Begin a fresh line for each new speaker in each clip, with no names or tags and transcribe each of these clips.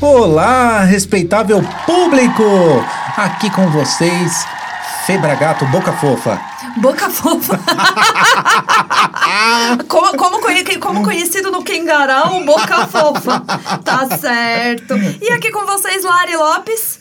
Olá, respeitável público! Aqui com vocês, Febragato Boca Fofa.
Boca fofa. como, como conhe- como conhecido no Kengarão, boca fofa. Tá certo. E aqui com vocês, Lari Lopes.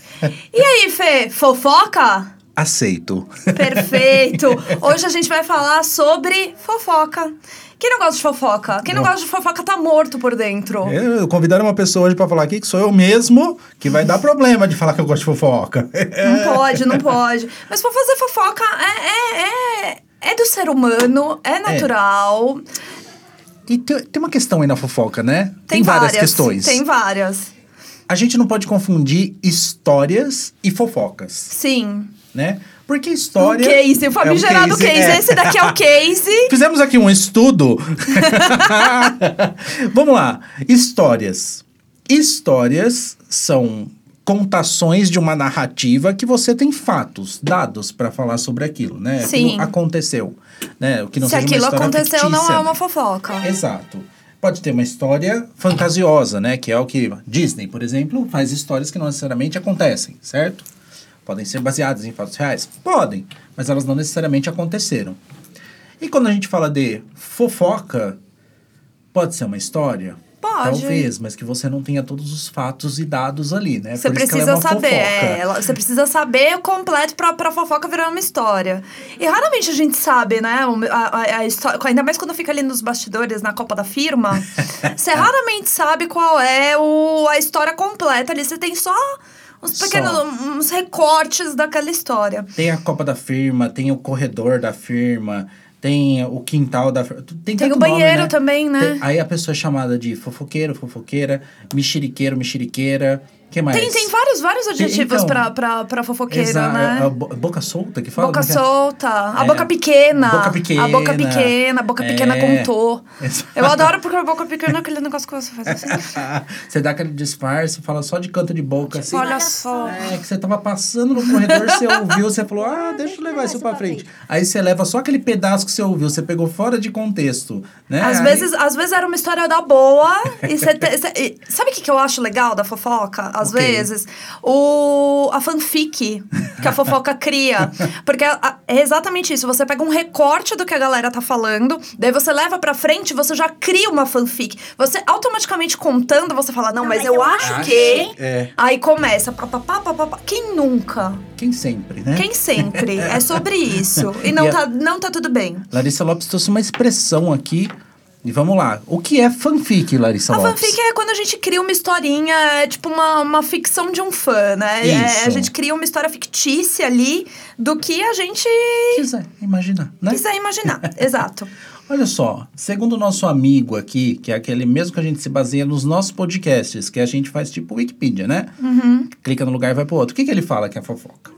E aí, Fê, fofoca?
Aceito.
Perfeito. Hoje a gente vai falar sobre fofoca. Quem não gosta de fofoca? Quem não gosta de fofoca tá morto por dentro.
Eu convidaram uma pessoa hoje pra falar aqui que sou eu mesmo que vai dar problema de falar que eu gosto de fofoca.
Não pode, não pode. Mas pra fazer fofoca é, é, é, é do ser humano, é natural.
E te- tem uma questão aí na fofoca, né?
Tem,
várias, questões.
Tem várias.
A gente não pode confundir histórias e fofocas,
Sim.
né? Porque
Um
história.
case, o famigerado
é um
case.
é.
Esse daqui é o case.
Fizemos aqui um estudo. Vamos lá. Histórias. Histórias são contações de uma narrativa que você tem fatos, dados para falar sobre aquilo, né?
Sim.
Aquilo aconteceu, né? O que não
Se
seja uma
aquilo
história
aconteceu,
fictícia,
não é
né?
uma fofoca.
Exato. Pode ter uma história fantasiosa, né? Que é o que Disney, por exemplo, faz histórias que não necessariamente acontecem, certo? Podem ser baseadas em fatos reais? Podem, mas elas não necessariamente aconteceram. E quando a gente fala de fofoca, pode ser uma história?
Pode.
Talvez, mas que você não tenha todos os fatos e dados ali, né?
Você
Por isso que ela
precisa
é uma
saber, é,
fofoca.
ela- você precisa saber o completo pra, pra fofoca virar uma história. E raramente a gente sabe, né? o- A, a- a história, ainda mais quando fica ali nos bastidores, na Copa da Firma. você raramente sabe qual é o, a história completa ali. Você tem só uns
Só.
pequenos um, uns recortes daquela história.
Tem a Copa da Firma, tem o corredor da firma, tem o quintal da firma. Tem,
Tem
tanto
o banheiro
nome, né?
também, né?
Tem- aí a pessoa é chamada de fofoqueiro, fofoqueira, mexeriqueiro, mexeriqueira. que mais?
Tem, tem vários, vários adjetivos
então,
pra, pra, pra fofoqueira,
Exa-
né?
a bo- boca solta que fala?
Boca
Como é que é?
solta, a
É.
boca pequena.
Boca pequena.
A boca pequena, a boca pequena
É.
contou.
Exato.
Eu adoro porque a boca pequena é aquele negócio que você faz assim.
você dá aquele disfarce, fala só de canto de boca assim.
Olha só.
É, que você tava passando no corredor, você ouviu, você falou, ah, deixa eu levar isso pra frente. Aí você leva só aquele pedaço que você ouviu, você pegou fora de contexto, né?
Às,
Aí-
vezes, às vezes era uma história da boa. E você te- cê- e sabe o que, que eu acho legal da fofoca? Às
O quê?
vezes, o, a fanfic que a fofoca cria. Porque a- a- é exatamente isso. Você pega um recorte do que a galera tá falando, daí você leva pra frente e você já cria uma fanfic. Você automaticamente contando, você fala, não, mas, eu, acho, que.
É,
Aí começa. Pá, pá, pá, pá, pá, pá. Quem nunca?
quem sempre, né?
Quem sempre? é sobre isso. E não,
E a-
tá, não tá tudo bem.
Larissa Lopes trouxe uma expressão aqui. E vamos lá. O que é fanfic, Larissa
A
Lopes?
fanfic é quando a gente cria uma historinha, é tipo uma, uma ficção de um fã, né? É,
Isso.
a gente cria uma história fictícia ali do que a gente
Quiser imaginar, né?
quiser imaginar. Exato.
Olha só, segundo o nosso amigo aqui, que é aquele mesmo que a gente se baseia nos nossos podcasts, que a gente faz tipo Wikipedia, né? Clica no lugar e vai pro outro. O que, que ele fala que é fofoca?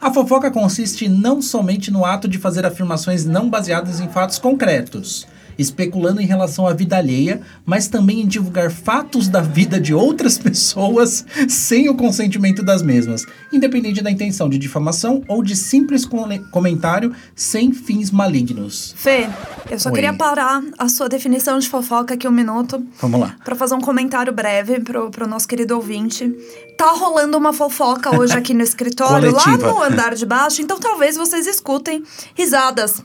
A fofoca consiste não somente no ato de fazer afirmações não baseadas em fatos concretos, especulando em relação à vida alheia, mas também em divulgar fatos da vida de outras pessoas sem o consentimento das mesmas, independente da intenção de difamação ou de simples cole- comentário sem fins malignos.
Fê, eu só
Oi.
queria parar a sua definição de fofoca aqui um minuto.
Vamos lá.
Pra fazer um comentário breve pro, pro nosso querido ouvinte. Tá rolando uma fofoca hoje aqui no escritório, lá
Coletiva.
no andar de baixo, então talvez vocês escutem risadas.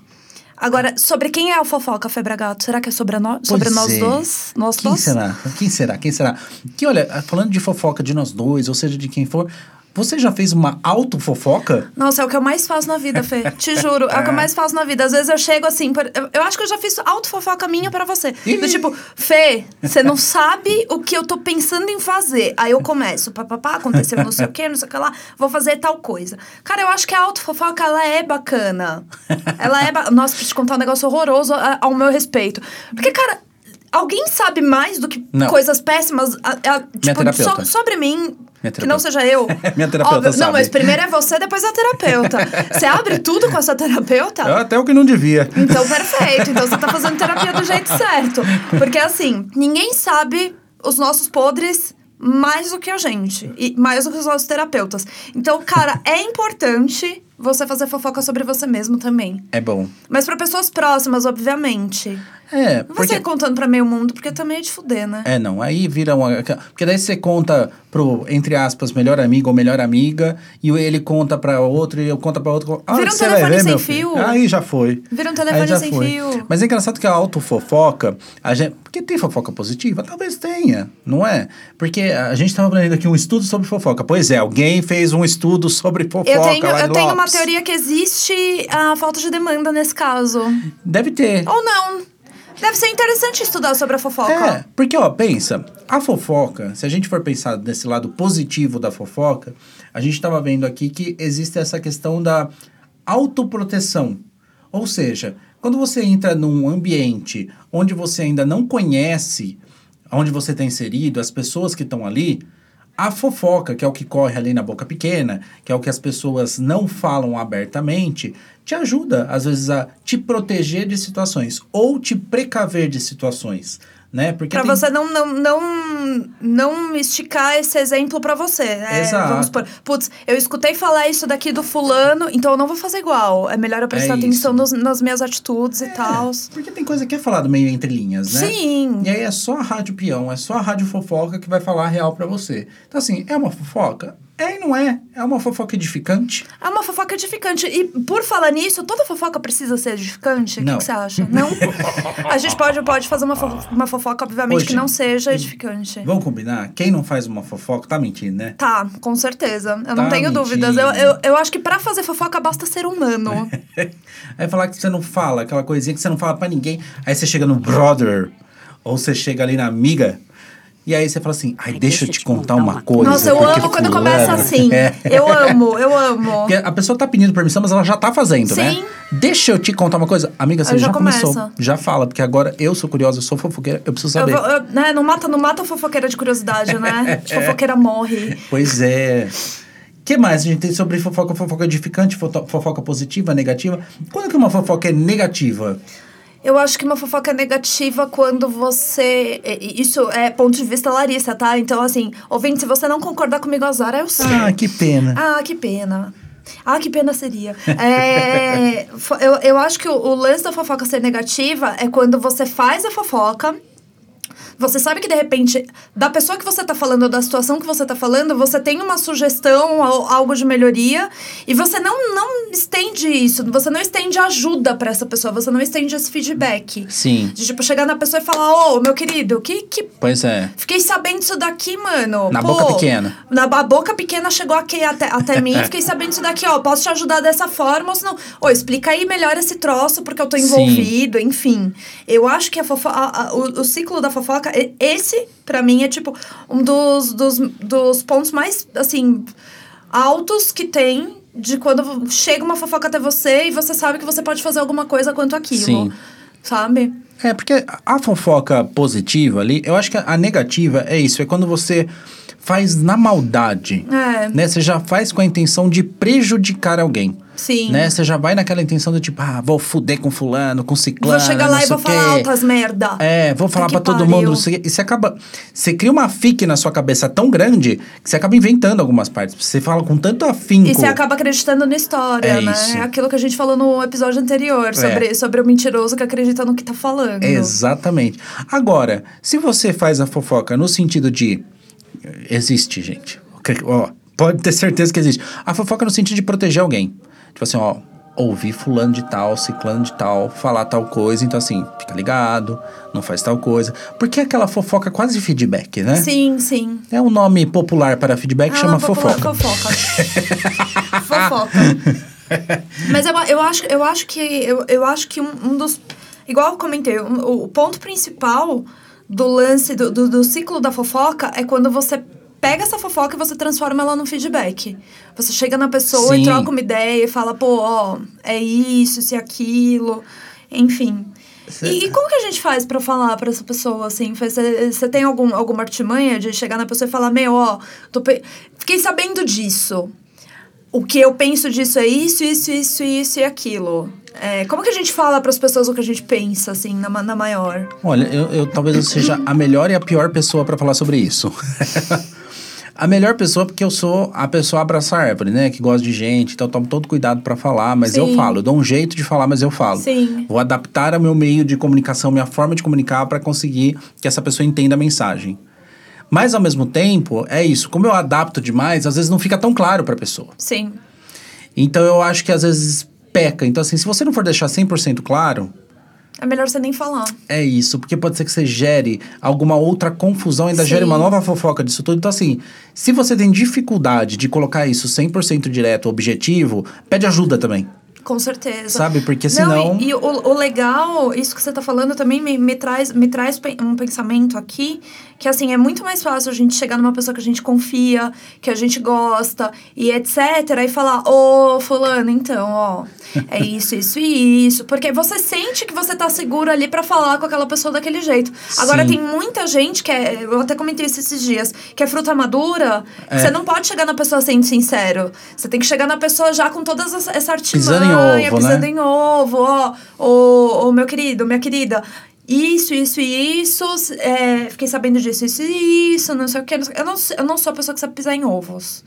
Agora, sobre quem é a fofoca, Febra Gato? Será que é sobre, a no- sobre
Pois
nós
é.
dois? Nós
Quem
dois?
será? Quem será? Quem será? Que olha, falando de fofoca de nós dois, ou seja, de quem for, você já fez uma auto-fofoca?
Nossa, é o que eu mais faço na vida, Fê. Te juro, é o que eu mais faço na vida. Às vezes eu chego assim, por- eu, eu acho que eu já fiz auto-fofoca minha pra você. Do tipo, Fê, você não sabe o que eu tô pensando em fazer. Aí eu começo, papapá, aconteceu não sei o que, não sei o que lá, vou fazer tal coisa. Cara, eu acho que a auto-fofoca, ela é bacana. Ela é. Ba... Nossa, pra te contar um negócio horroroso a- ao meu respeito. Porque, cara. Alguém sabe mais do que
Não.
coisas péssimas? a- a- tipo, so-
terapeuta.
sobre mim,
Minha
que não
terapeuta.
seja eu.
Minha terapeuta
Não,
sabe.
mas primeiro é você, depois é a terapeuta. Você abre tudo com a sua terapeuta?
Até o que não devia.
Então, perfeito. Então, você tá fazendo terapia do jeito certo. Porque, assim, ninguém sabe os nossos podres mais do que a gente. E mais do que os nossos terapeutas. Então, cara, é importante você fazer fofoca sobre você mesmo também.
É bom.
Mas pra pessoas próximas, obviamente.
É,
Não vai
porque...
sair contando pra meio mundo, porque também é de fuder, né?
É, não, aí vira uma... Porque daí você conta pro, entre aspas, melhor amigo ou melhor amiga, e ele conta pra outro, e eu conta pra outro... Ah,
Vira um
você vai
telefone
ver,
sem
meu filho.
fio.
Aí já foi.
Vira um
Aí já
telefone sem
foi.
fio.
Mas é engraçado que a autofofoca, a gente, porque tem fofoca positiva? Talvez tenha, não é? Porque a gente estava aprendendo aqui um estudo sobre fofoca. Pois é, alguém fez um estudo sobre É fofoca.
Eu tenho,
lá em
eu tenho uma
Lopes.
teoria que existe a falta de demanda nesse caso.
Deve ter.
Ou não. Deve ser interessante estudar sobre
É,
a fofoca.
porque, ó, pensa, a fofoca, se a gente for pensar nesse lado positivo da fofoca, a gente estava vendo aqui que existe essa questão da autoproteção. Ou seja, quando você entra num ambiente onde você ainda não conhece onde você está inserido, as pessoas que estão ali, a fofoca, que é o que corre ali na boca pequena, que é o que as pessoas não falam abertamente, te ajuda, às vezes, a te proteger de situações ou te precaver de situações, né? Porque
Pra
tem-
você não, não, não, não esticar esse exemplo pra você. É,
Exato.
Vamos supor, putz, eu escutei falar isso daqui do fulano, então eu não vou fazer igual. É melhor eu prestar
É
atenção
isso. É, né?
nos- nas minhas atitudes e tal.
Porque tem coisa que é falado meio entre linhas, né?
Sim.
E aí é só a rádio peão, é só a rádio fofoca que vai falar a real pra você. Então, assim, é uma fofoca? É e não é. É uma fofoca edificante?
É uma fofoca edificante. E por falar nisso, toda fofoca precisa ser edificante? O que
Não.
que você acha? Não? A gente pode, pode fazer uma, fofo- uma fofoca, obviamente,
Hoje.
que não
Hum.
seja edificante.
Vamos combinar? Quem não faz uma fofoca tá mentindo, né?
Tá, com certeza.
Tá
Eu não tenho
mentindo.
dúvidas. Eu, eu, eu acho que pra fazer fofoca basta ser humano.
É. Aí falar que você não fala, aquela coisinha que você não fala pra ninguém. Aí você chega no brother, ou você chega ali na amiga, e aí você fala assim, ai, deixa eu te contar uma coisa.
Nossa, eu
é, porque
amo quando começa
fulano-
assim.
É.
Eu amo, eu amo.
Porque a pessoa tá pedindo permissão, mas ela já tá fazendo, né?
Sim.
Deixa eu te contar uma coisa. Amiga, você
Eu
já,
já
começou.
começo.
Já fala, porque agora eu sou curiosa, eu sou fofoqueira, eu preciso
Eu
saber. É.
vou- eu- né, não mata, não mata a fofoqueira de curiosidade, né? A fofoqueira morre.
Pois é. O que mais a gente tem sobre fofoca? Fofoca edificante, foto- fofoca positiva, negativa. Quando que uma fofoca é negativa?
Eu acho que uma fofoca é negativa quando você. e- e Isso é ponto de vista Larissa, tá? Então, assim, ouvinte, se você não concordar comigo, azar é o seu.
Ah, que pena.
Ah, que pena. Ah, que pena seria. É, fo- eu, eu acho que o, o lance da fofoca ser negativa é quando você faz a fofoca. Você sabe que, de repente, da pessoa que você tá falando, ou da situação que você tá falando, você tem uma sugestão, al- algo de melhoria, e você não, não estende isso, você não estende ajuda pra essa pessoa, você não estende esse feedback.
Sim.
De, tipo, chegar na pessoa e falar, ô, meu querido, que, que
Pois é.
Fiquei sabendo isso daqui, mano.
Na
Pô,
boca pequena.
Na a boca pequena chegou aqui até, até mim. Fiquei sabendo isso daqui, ó. Posso te ajudar dessa forma ou se não? Ô, explica aí melhor esse troço, porque eu tô
Sim.
envolvido, enfim. Eu acho que a fofo- a- a- o, o ciclo da fofoca, e- esse, pra mim, é tipo um dos, dos, dos pontos mais, assim, altos que tem de quando chega uma fofoca até você e você sabe que você pode fazer alguma coisa quanto aquilo.
Sim.
Sabe?
É, porque a fofoca positiva ali, eu acho que a negativa é isso, é quando você faz na maldade.
É.
Né? Você já faz com a intenção de prejudicar alguém.
Sim.
Né? Você já vai naquela intenção do tipo, ah, vou fuder com fulano, com ciclano,
Vou chegar
não
lá e
sei
vou
o
falar
quê.
altas merda.
É, vou falar
que
pra todo
pariu.
mundo. não sei o quê. E você acaba. Você cria uma fic na sua cabeça tão grande que você acaba inventando algumas partes. Você fala com tanto afinco.
E você acaba acreditando na história,
É
né?
isso. É.
É aquilo que a gente falou no episódio anterior, sobre, sobre o mentiroso que acredita no que tá falando.
Exatamente. Agora, se você faz a fofoca no sentido de. eh, Existe, gente. Ok, Ó, pode ter certeza que existe. A fofoca no sentido de proteger alguém. Tipo assim, ó. Ouvi fulano de tal, ciclano de tal, falar tal coisa, então assim, fica ligado, não faz tal coisa. Porque é aquela fofoca quase feedback, né?
Sim, sim.
É um nome popular para feedback,
Ah,
é chama
popular-
fofoca.
Fofoca. fofoca. Mas eu, eu, acho, eu acho que eu, eu acho que um, um dos. Igual eu comentei, um- o ponto principal do lance do, do, do ciclo da fofoca é quando você pega essa fofoca e você transforma ela num feedback. Você chega na pessoa
Sim.
e troca uma ideia e fala, pô, ó, é isso, isso e aquilo, enfim.
Cê-
E, e como que a gente faz pra falar pra essa pessoa, assim? Você tem algum, alguma artimanha de chegar na pessoa e falar, meu, ó, tô pe- fiquei sabendo disso. O que eu penso disso é isso, isso, isso, isso e aquilo. É, como que a gente fala pras pessoas o que a gente pensa, assim, na, ma- na maior?
Olha, eu, eu- talvez eu seja a melhor e a pior pessoa para falar sobre isso. A melhor pessoa, porque eu sou a pessoa abraça a árvore, né? Que gosta de gente, então eu tomo todo cuidado pra falar, mas eu
Sim.
falo. Eu dou um jeito de falar, mas eu falo.
Sim.
Vou adaptar ao meu meio de comunicação, minha forma de comunicar pra conseguir que essa pessoa entenda a mensagem. Mas ao mesmo tempo, é isso. Como eu adapto demais, às vezes não fica tão claro pra pessoa.
Sim.
Então eu acho que às vezes peca. Então assim, se você não for deixar 100% claro,
É melhor você nem falar.
é isso, porque pode ser que você gere alguma outra confusão, ainda
Sim.
gere uma nova fofoca disso tudo. Então, assim, se você tem dificuldade de colocar isso 100% direto, objetivo, pede ajuda também,
Com certeza.
sabe? Porque
Não,
senão.
e, e o, o legal, isso que você tá falando também me, me traz, me traz pe- um pensamento aqui, que assim, é muito mais fácil a gente chegar numa pessoa que a gente confia, que a gente gosta, e etc, e falar, ô fulano, então, ó, é isso, isso e isso. Porque você sente que você tá seguro ali pra falar com aquela pessoa daquele jeito. Agora,
Sim.
tem muita gente que é, eu até comentei isso esses dias, que é fruta madura,
É.
você não pode chegar na pessoa sendo sincero. Você tem que chegar na pessoa já com todas as- essa artimanha,
Pisando em ovo,
pisando
né?
em ovo, ó, ô, ô, meu querido, minha querida. Isso, isso e isso, é, fiquei sabendo disso, isso e isso, não sei o que. Eu não, eu não sou a pessoa que sabe pisar em ovos.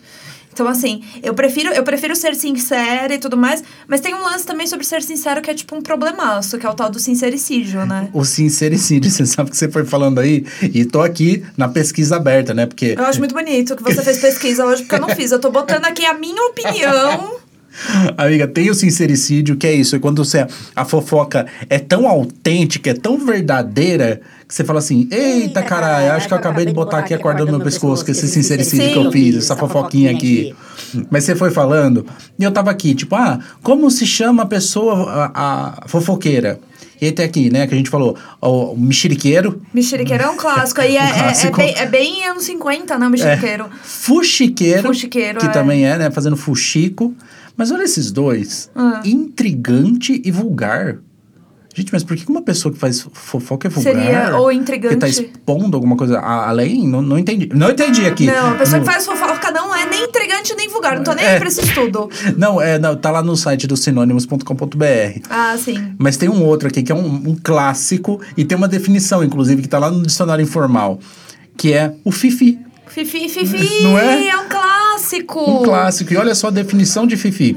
Então, assim, eu prefiro, eu prefiro ser sincera e tudo mais, mas tem um lance também sobre ser sincero que é tipo um problemaço, que é o tal do sincericídio, né?
O sincericídio, você sabe que você foi falando aí, e tô aqui na pesquisa aberta, né? Porque
Eu acho muito bonito que você fez pesquisa hoje, porque eu não fiz. Eu tô botando aqui a minha opinião.
Amiga, tem o sincericídio, que é isso. É quando você, a fofoca é tão autêntica, é tão verdadeira, que você fala assim: eita, caralho, acho que eu acabei de botar aqui a corda no meu pescoço, com esse sincericídio que eu fiz, essa fofoquinha aqui. Mas você foi falando, e eu tava aqui, tipo, ah, como se chama a pessoa, a, a fofoqueira? E aí tem aqui, né, que a gente falou, ó, o mexeriqueiro,
Mexeriqueiro é um clássico. Aí é, é- é
clássico. É.
bem, é bem anos 50, né, o mexeriqueiro.
fuxiqueiro,
Fuxiqueiro,
que
é.
também é, né, fazendo fuxico. Mas olha esses dois,
Ah.
intrigante e vulgar. Gente, mas por que uma pessoa que faz fofoca é vulgar?
Seria ou
Porque tá
intrigante.
expondo alguma coisa a- além? Não, não entendi. Não entendi aqui.
Ah, Não, a pessoa que
No-
faz fofoca não é nem intrigante nem vulgar. Não tô nem
É.
aí pra esse estudo.
Não, é, não, tá lá no site do sinônimos.com.br.
Ah, sim.
Mas tem um outro aqui que é um, um clássico e tem uma definição, inclusive, que tá lá no dicionário informal, que é o fifi.
Fifi, Fifi,
Não é?
um clássico.
Um clássico. E olha só a definição de Fifi.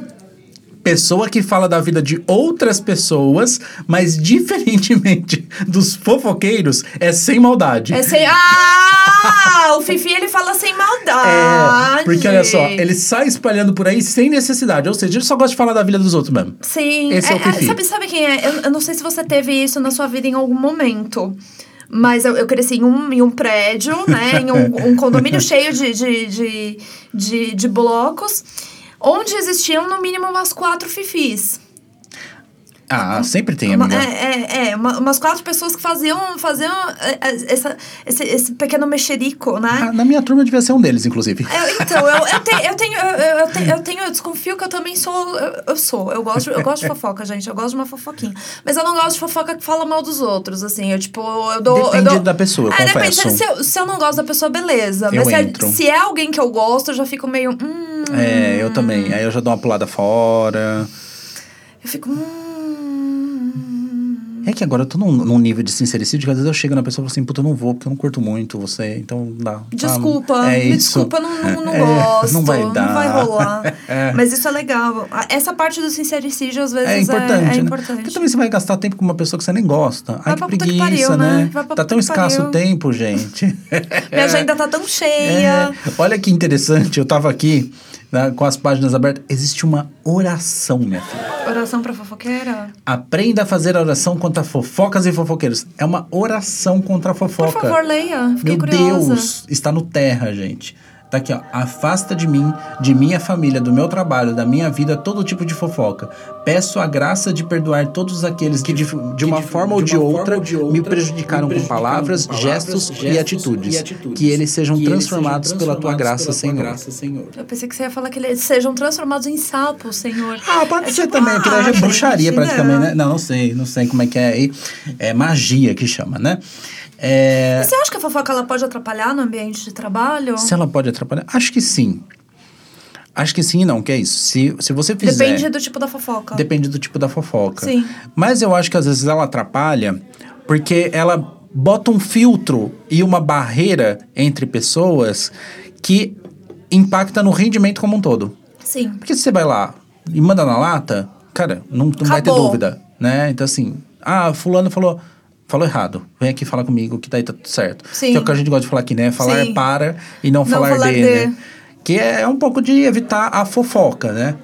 Pessoa que fala da vida de outras pessoas, mas diferentemente dos fofoqueiros, é sem maldade.
É sem... Ah! o Fifi, ele fala sem maldade.
É, porque olha só, ele sai espalhando por aí sem necessidade. Ou seja, ele só gosta de falar da vida dos outros mesmo.
Sim.
Esse é o Fifi.
sabe, sabe quem é? Eu, eu não sei se você teve isso na sua vida em algum momento. Mas eu, eu cresci em um, em um prédio, né? em um, um condomínio cheio de, de, de, de, de blocos. Onde existiam, no mínimo, umas quatro fifis.
Ah, sempre tem,
Uma-
amiga.
Hum. é, é, é uma- umas quatro pessoas que faziam, faziam é, é, essa, esse, esse pequeno mexerico, né?
Ah, na minha turma devia ser um deles, inclusive.
Eu- então, eu, eu, te- eu tenho, eu, eu- eu tenho, eu tenho- eu desconfio que eu também sou, eu, eu sou, eu gosto, eu gosto de fofoca, gente, eu gosto de uma fofoquinha. Mas eu não gosto de fofoca que fala mal dos outros, assim, eu tipo, eu dou... eu
Depende
dou-
da pessoa, eu
é, depende,
confesso.
se, se eu, se eu não gosto da pessoa, beleza.
Eu
Mas se é,
entro.
se é alguém que eu gosto, eu já fico meio, hum,
É, eu também. Aí eu já dou uma pulada fora.
eu fico, hum...
É que agora eu tô num, num nível de sincericídio que às vezes eu chego na pessoa e falo assim, puta, eu não vou, porque eu não curto muito você, então não dá.
Desculpa,
Ah, é
me
isso.
desculpa, não, não, não
É,
gosto.
Não vai dar.
Não vai rolar. Mas isso é legal. A- Essa parte do sincericídio, às vezes,
É importante,
é,
né?
importante.
Porque também você vai gastar tempo com uma pessoa que você nem gosta. Ai, que
pra puta que
preguiça,
pariu, né?
né?
Vai pra
Tá
puta
tão
que
escasso o
pariu.
tempo, gente.
Minha agenda tá tão cheia.
É. Olha que interessante, eu tava aqui né, com as páginas abertas. Existe uma oração, minha filha.
Oração pra fofoqueira?
Aprenda a fazer a oração contra fofocas e fofoqueiros. É uma oração contra a
Por
fofoca.
favor, leia.
Meu
Fiquei curiosa.
Deus, está no terra, gente. Tá aqui, ó. Afasta de mim, de minha família, do meu trabalho, da minha vida, todo tipo de fofoca. Peço a graça de perdoar todos aqueles que, de, de uma forma ou de outra, me prejudicaram com palavras, gestos, e, atitudes. Que eles sejam transformados pela tua graça, Senhor.
Eu pensei que você ia falar que eles sejam transformados em sapos, senhor.
Ah, pode
É
ser
tipo,
também, porque daí já é
ah,
bruxaria
gente,
praticamente,
não.
né? Não, não sei, não sei como é que é aí. É magia que chama, né? É...
Você acha que a fofoca ela pode atrapalhar no ambiente de trabalho?
Se ela pode atrapalhar? Acho que sim. Acho que sim e não, que é isso. Se, se você fizer.
Depende do tipo da fofoca.
depende do tipo da fofoca.
Sim.
Mas eu acho que às vezes ela atrapalha porque ela bota um filtro e uma barreira entre pessoas que impacta no rendimento como um todo.
Sim.
Porque se você vai lá e manda na lata, cara, não, não vai ter
Acabou.
dúvida, né? Então, assim, ah, fulano falou... Falou errado. Vem aqui falar comigo que daí tá tudo certo.
Sim.
Que é o que a gente gosta de falar aqui, né? Falar
Sim.
para e não, falar,
falar
de,
de.
né? Que é um pouco de evitar a fofoca, né?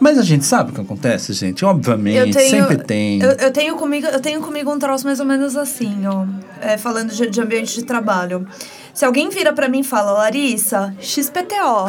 Mas a gente sabe o que acontece, gente. Obviamente, sempre tem.
Eu, eu tenho comigo, eu tenho comigo um troço mais ou menos assim, ó. É, falando de, de ambiente de trabalho. Se alguém vira pra mim e fala, Larissa, XPTO.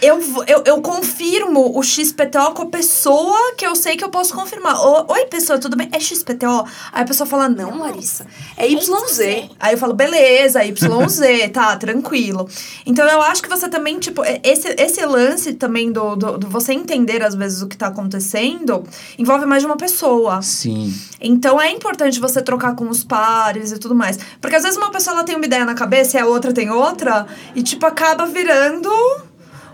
eu, vou- eu, eu confirmo o XPTO com a pessoa que eu sei que eu posso confirmar. O- Oi, pessoa, tudo bem? É XPTO? Aí a pessoa fala, não, Larissa, é YZ. Aí eu falo, beleza, YZ, tá, tranquilo. Então eu acho que você também, tipo, é- esse, esse lance também do, do, do você entender às vezes o que tá acontecendo envolve mais de uma pessoa.
Sim.
Então é importante você trocar com os pares e tudo mais. Porque às vezes uma pessoa ela tem uma ideia na cabeça e a outra tem outra, e tipo, acaba virando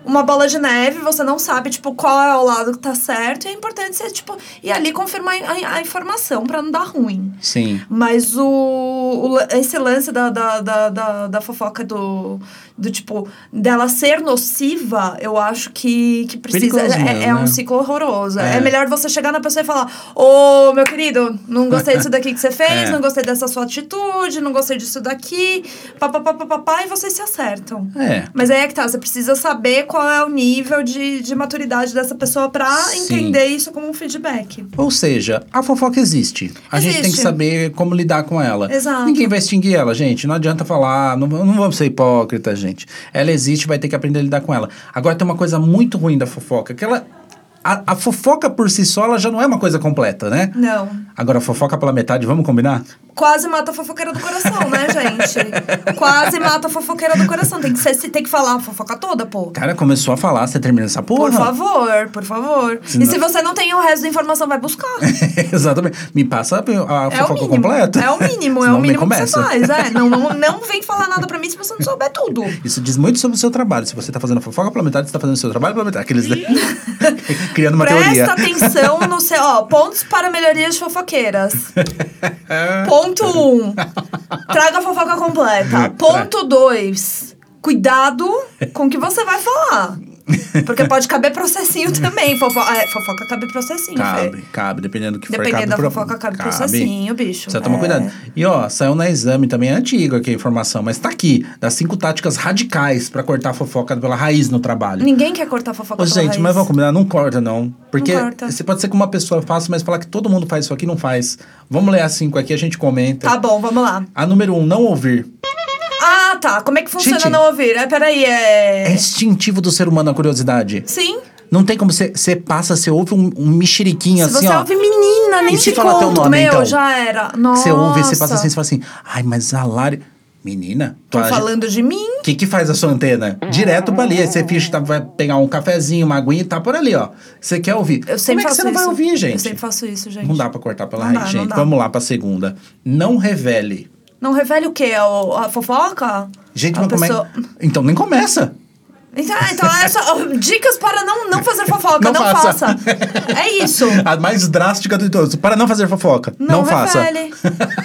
uma bola de neve, você não sabe, tipo, qual é o lado que tá certo, e é importante você, tipo, ir ali confirmar a, a informação pra não dar ruim.
Sim.
Mas o, o la- esse lance da, da, da, da, da fofoca do, do tipo dela ser nociva, eu acho que, que precisa.
Perigoso
É,
mesmo,
é um
né?
ciclo horroroso. É.
É.
melhor você chegar na pessoa e falar: Ô, meu querido, não gostei disso daqui que você fez,
É.
não gostei dessa sua atitude, não gostei disso daqui, papapá, e vocês se acertam.
É.
Mas aí é que tá, você precisa saber qual é o nível de, de maturidade dessa pessoa pra
Sim.
entender isso como um feedback.
Ou seja, a fofoca existe. A gente tem que
Existe.
saber como lidar com ela.
Exato.
Ninguém vai extinguir ela, gente. Não adianta falar, "Ah, não, não vamos ser hipócritas, gente. Ela existe, vai ter que aprender a lidar com ela. Agora tem uma coisa muito ruim da fofoca, que ela. A, a fofoca por si só, ela já não é uma coisa completa, né?
Não.
Agora, a fofoca pela metade, vamos combinar?
Quase mata a fofoqueira do coração, né, gente? Quase mata a fofoqueira do coração. Tem que, ser, tem que falar a fofoca toda, pô.
Cara, começou a falar, você termina essa porra.
Por favor, por favor.
Se
E
não-
se você não tem o resto da informação, vai buscar.
Exatamente. Me passa a, a
É o
fofoca
mínimo.
completa.
É o mínimo, é
Senão
o
nem
mínimo que você
começa.
faz. É. Não, não, não vem falar nada pra mim se você não souber tudo.
Isso diz muito sobre o seu trabalho. Se você tá fazendo fofoca pela metade, você tá fazendo o seu trabalho pela metade. Aqueles, né? Criando uma
Presta
teoria.
atenção no seu. Ó, pontos para melhorias de fofoqueiras. Ponto 1. Um, traga a fofoca completa. Ponto 2. Cuidado com o que você vai falar. Porque pode caber processinho também. Fofo... ah, é, fofoca cabe processinho,
Cabe,
Fê.
cabe, dependendo do que for.
Dependendo
cabe
da
pro-
fofoca, cabe, processinho, bicho.
Precisa tomar
É.
cuidado. E ó, saiu na exame também, é antigo aqui a informação, mas tá aqui. Das cinco táticas radicais pra cortar a fofoca pela raiz no trabalho.
Ninguém quer cortar fofoca
Ô,
pela
gente,
raiz.
mas vamos combinar, não corta não. Porque
Não corta.
você pode ser que uma pessoa faça, mas falar que todo mundo faz isso aqui, não faz. Vamos ler as cinco aqui, a gente comenta.
Tá bom, vamos lá.
A número um, não ouvir.
Ah, tá. Como é que funciona
Gente.
não ouvir? É, peraí,
É
é.
instintivo do ser humano a curiosidade.
Sim.
Não tem como você você passa, você ouve um, um mexeriquinho
se
assim,
você
ó.
ouve menina, nem
E se
te
falar
conto,
teu nome,
meu,
então?
já era. Nossa.
Você ouve, você passa assim, você fala assim, ai, mas a Lari. Menina,
Tô
tua ag-
falando de mim?
O que, que faz a sua antena? Direto pra ali. Aí você finge que tá- vai pegar um cafezinho, uma aguinha e tá por ali, ó. Você quer ouvir?
Eu sempre
Como é que
faço
você não vai
isso.
ouvir, gente?
Eu sempre faço isso, gente.
Não dá pra cortar pela
Não dá,
raiz,
não
gente.
dá.
Vamos lá pra segunda. Não revele.
Não revele o quê? A, a fofoca?
Gente,
a
mas como é-
pessoa-
Então nem começa.
Então, então é só ó, dicas para não, não fazer fofoca. Não,
Não
faça.
faça.
É isso.
A mais drástica do todos. Para não fazer fofoca.
Não,
faça.
revele.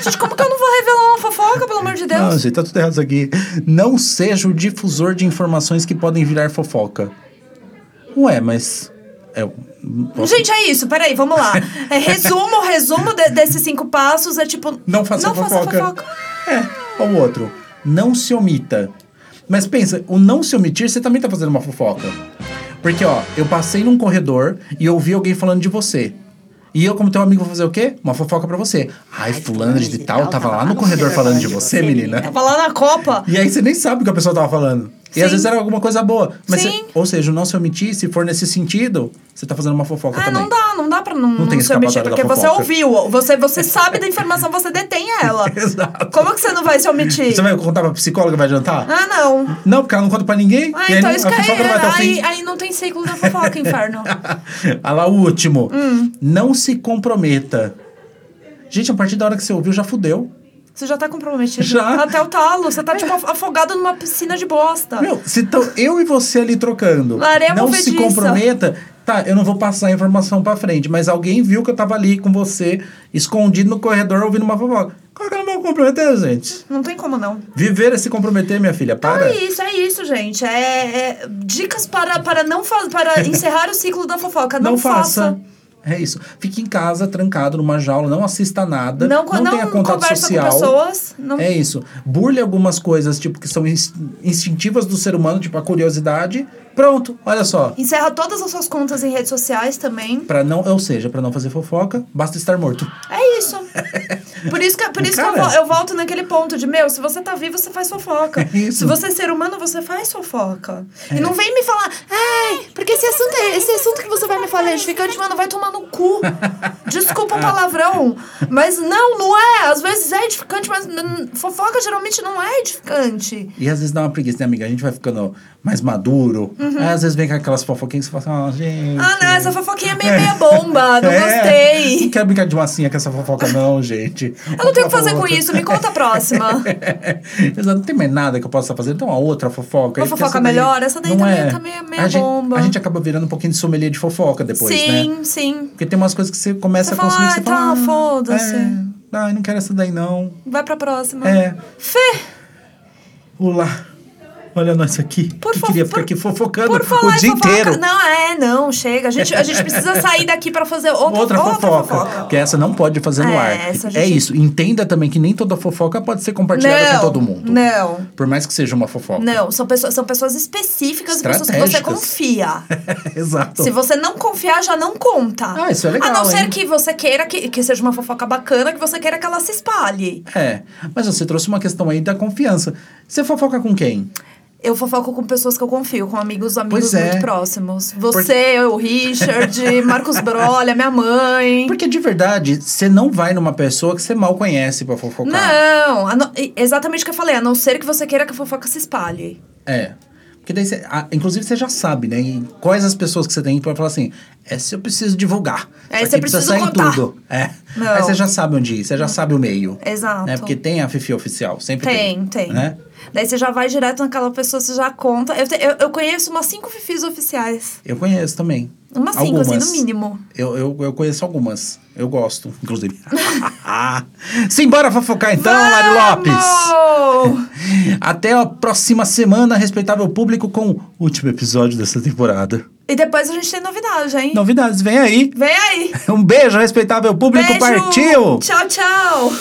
Gente, como que eu não vou revelar uma fofoca, pelo amor de Deus?
Não, gente, tá tudo errado isso aqui. Não seja o difusor de informações que podem virar fofoca. Ué, mas. É,
Gente, é isso. Peraí, vamos lá. É, resumo, resumo de- desses cinco passos é tipo...
Não faça
não
fofoca.
Faça fofoca.
É, ou outro. Não se omita. Mas pensa, o não se omitir, você também tá fazendo uma fofoca. Porque, ó, eu passei num corredor e eu ouvi alguém falando de você. E eu, como teu amigo, vou fazer o quê? Uma fofoca pra você. Ai, fulano de tal tava lá no corredor falando de você, menina.
Tava lá na Copa.
E aí você nem sabe o que a pessoa tava falando. E
Sim.
às vezes era alguma coisa boa. Mas
Sim.
você- ou seja, o não se omitir, se for nesse sentido, você tá fazendo uma fofoca
Ah,
também.
não dá, não dá pra não, não,
tem
se omitir,
escapatória da
porque você
fofoca.
ouviu, você, você sabe da informação, você detém ela.
Exato.
Como que você não vai se omitir?
Você vai contar pra psicóloga, vai jantar?
Ah, não.
Não, porque ela não conta pra ninguém.
Ah,
e aí
então
não-
isso
a
que
fofoca não vai até o
é,
fim.
aí, aí não tem ciclo da fofoca, inferno.
Olha lá, o último.
Hum.
Não se comprometa. Gente, a partir da hora que você ouviu, já fudeu.
Você já tá comprometido.
Já. É.
Até o talo, você tá tipo afogado numa piscina de bosta.
Meu, se tão eu e você ali trocando,
Larema
não se
fediça.
comprometa. Tá, eu não vou passar a informação pra frente, mas alguém viu que eu tava ali com você, escondido no corredor, ouvindo uma fofoca. Claro que eu não vou comprometer, gente.
Não tem como não.
Viver é se comprometer, minha filha.
Então
Para.
é isso, é isso, gente. É, é dicas para, para não fa- para encerrar o ciclo da fofoca. Não, faça.
É isso. Fique em casa, trancado numa jaula, não assista nada.
Não,
Não,
co- não,
tenha contato
conversa
social.
com pessoas. Não...
É isso. Burle algumas coisas, tipo, que são ins- instintivas do ser humano, tipo a curiosidade. Pronto, olha só.
Encerra todas as suas contas em redes sociais também.
Pra não, ou seja, pra não fazer fofoca, basta estar morto.
É isso. Por isso que, por isso que eu,
Cara.
vo- eu volto naquele ponto de, meu, se você tá vivo, você faz fofoca.
É isso. É.
Se você é ser humano, você faz fofoca. E não vem me falar, ai, porque esse assunto, é- esse assunto que você vai me falar é edificante, mano, vai tomar no cu. Desculpa o palavrão. Mas não, não é. Às vezes é edificante, mas hum, fofoca geralmente não é edificante.
E às vezes dá uma preguiça, né, amiga? A gente vai ficando mais maduro. Aí às vezes vem com aquelas fofoquinhas que você fala assim, ah, gente.
Uhum. Ah, não, essa fofoquinha é meio meia bomba.
É.
Não gostei.
Não quero brincar de massinha com essa fofoca, não, gente.
Eu não tenho o que
Tá
fazer com isso, me conta a próxima.
Exato, não tem mais nada que eu possa fazer. Então, a outra fofoca.
Uma
aí, porque
fofoca
daí
melhor, essa daí
não
também
é.
tá meio- meio
a gente,
bomba.
A gente acaba virando um pouquinho de sommelier de fofoca depois,
sim,
né?
sim.
Porque tem umas coisas que você começa
Você
a consumir
fala,
que você
"Ah, tá,
fala.
foda-se."
É, não, eu não quero essa daí, não.
Vai pra próxima.
É.
Fê,
Olá. Olha nós aqui.
Por
que
fo-
queria ficar
por-
aqui fofocando
por falar
o
em
dia
fofoca-
inteiro.
Não, é, não, chega. A gente, a gente precisa sair daqui pra fazer outra,
Outra fofoca,
fofoca.
que essa não pode fazer no
É,
ar.
essa a
É
gente-
isso. Entenda também que nem toda fofoca pode ser compartilhada
Não,
com todo mundo.
não.
Por mais que seja uma fofoca.
Não, são pessoas, são pessoas específicas e pessoas que você
Estratégicas.
confia.
Exato.
Se você não confiar, já não conta.
Ah, isso é legal,
A não ser
hein?
que você queira que, que seja uma fofoca bacana, que você queira que ela se espalhe.
É, mas você trouxe uma questão aí da confiança. Você fofoca com quem?
Eu fofoco com pessoas que eu confio, com amigos, amigos
Pois é.
muito próximos. Você, eu, o Richard, Marcos Brolha, minha mãe.
Porque de verdade, você não vai numa pessoa que você mal conhece pra fofocar.
Não, a não- e- exatamente o que eu falei, a não ser que você queira que a fofoca se espalhe.
É. Porque daí você. ah, inclusive, você já sabe, né? E quais as pessoas que você tem pra falar assim: essa eu preciso divulgar.
É,
Isso
você
aqui precisa
precisa
sair
contar."
tudo. É.
Não.
Aí você já sabe onde ir, você já sabe o meio.
Exato.
Né? Porque tem a Fifi oficial, sempre
Tem,
tem.
tem.
Né?
Daí você já vai direto naquela pessoa, você já conta. Eu, te- eu, eu conheço umas cinco fifis oficiais.
Eu conheço também.
Umas cinco,
algumas.
assim, no mínimo.
Eu, eu, eu conheço algumas. Eu gosto, inclusive. Simbora fofocar então, Lari Lopes!
Vamos!
Até a próxima semana, respeitável público, com o último episódio dessa temporada.
E depois a gente tem novidade, hein?
Novidades, vem aí.
Vem aí!
Um beijo, respeitável público,
Beijo!
partiu!
Tchau, tchau!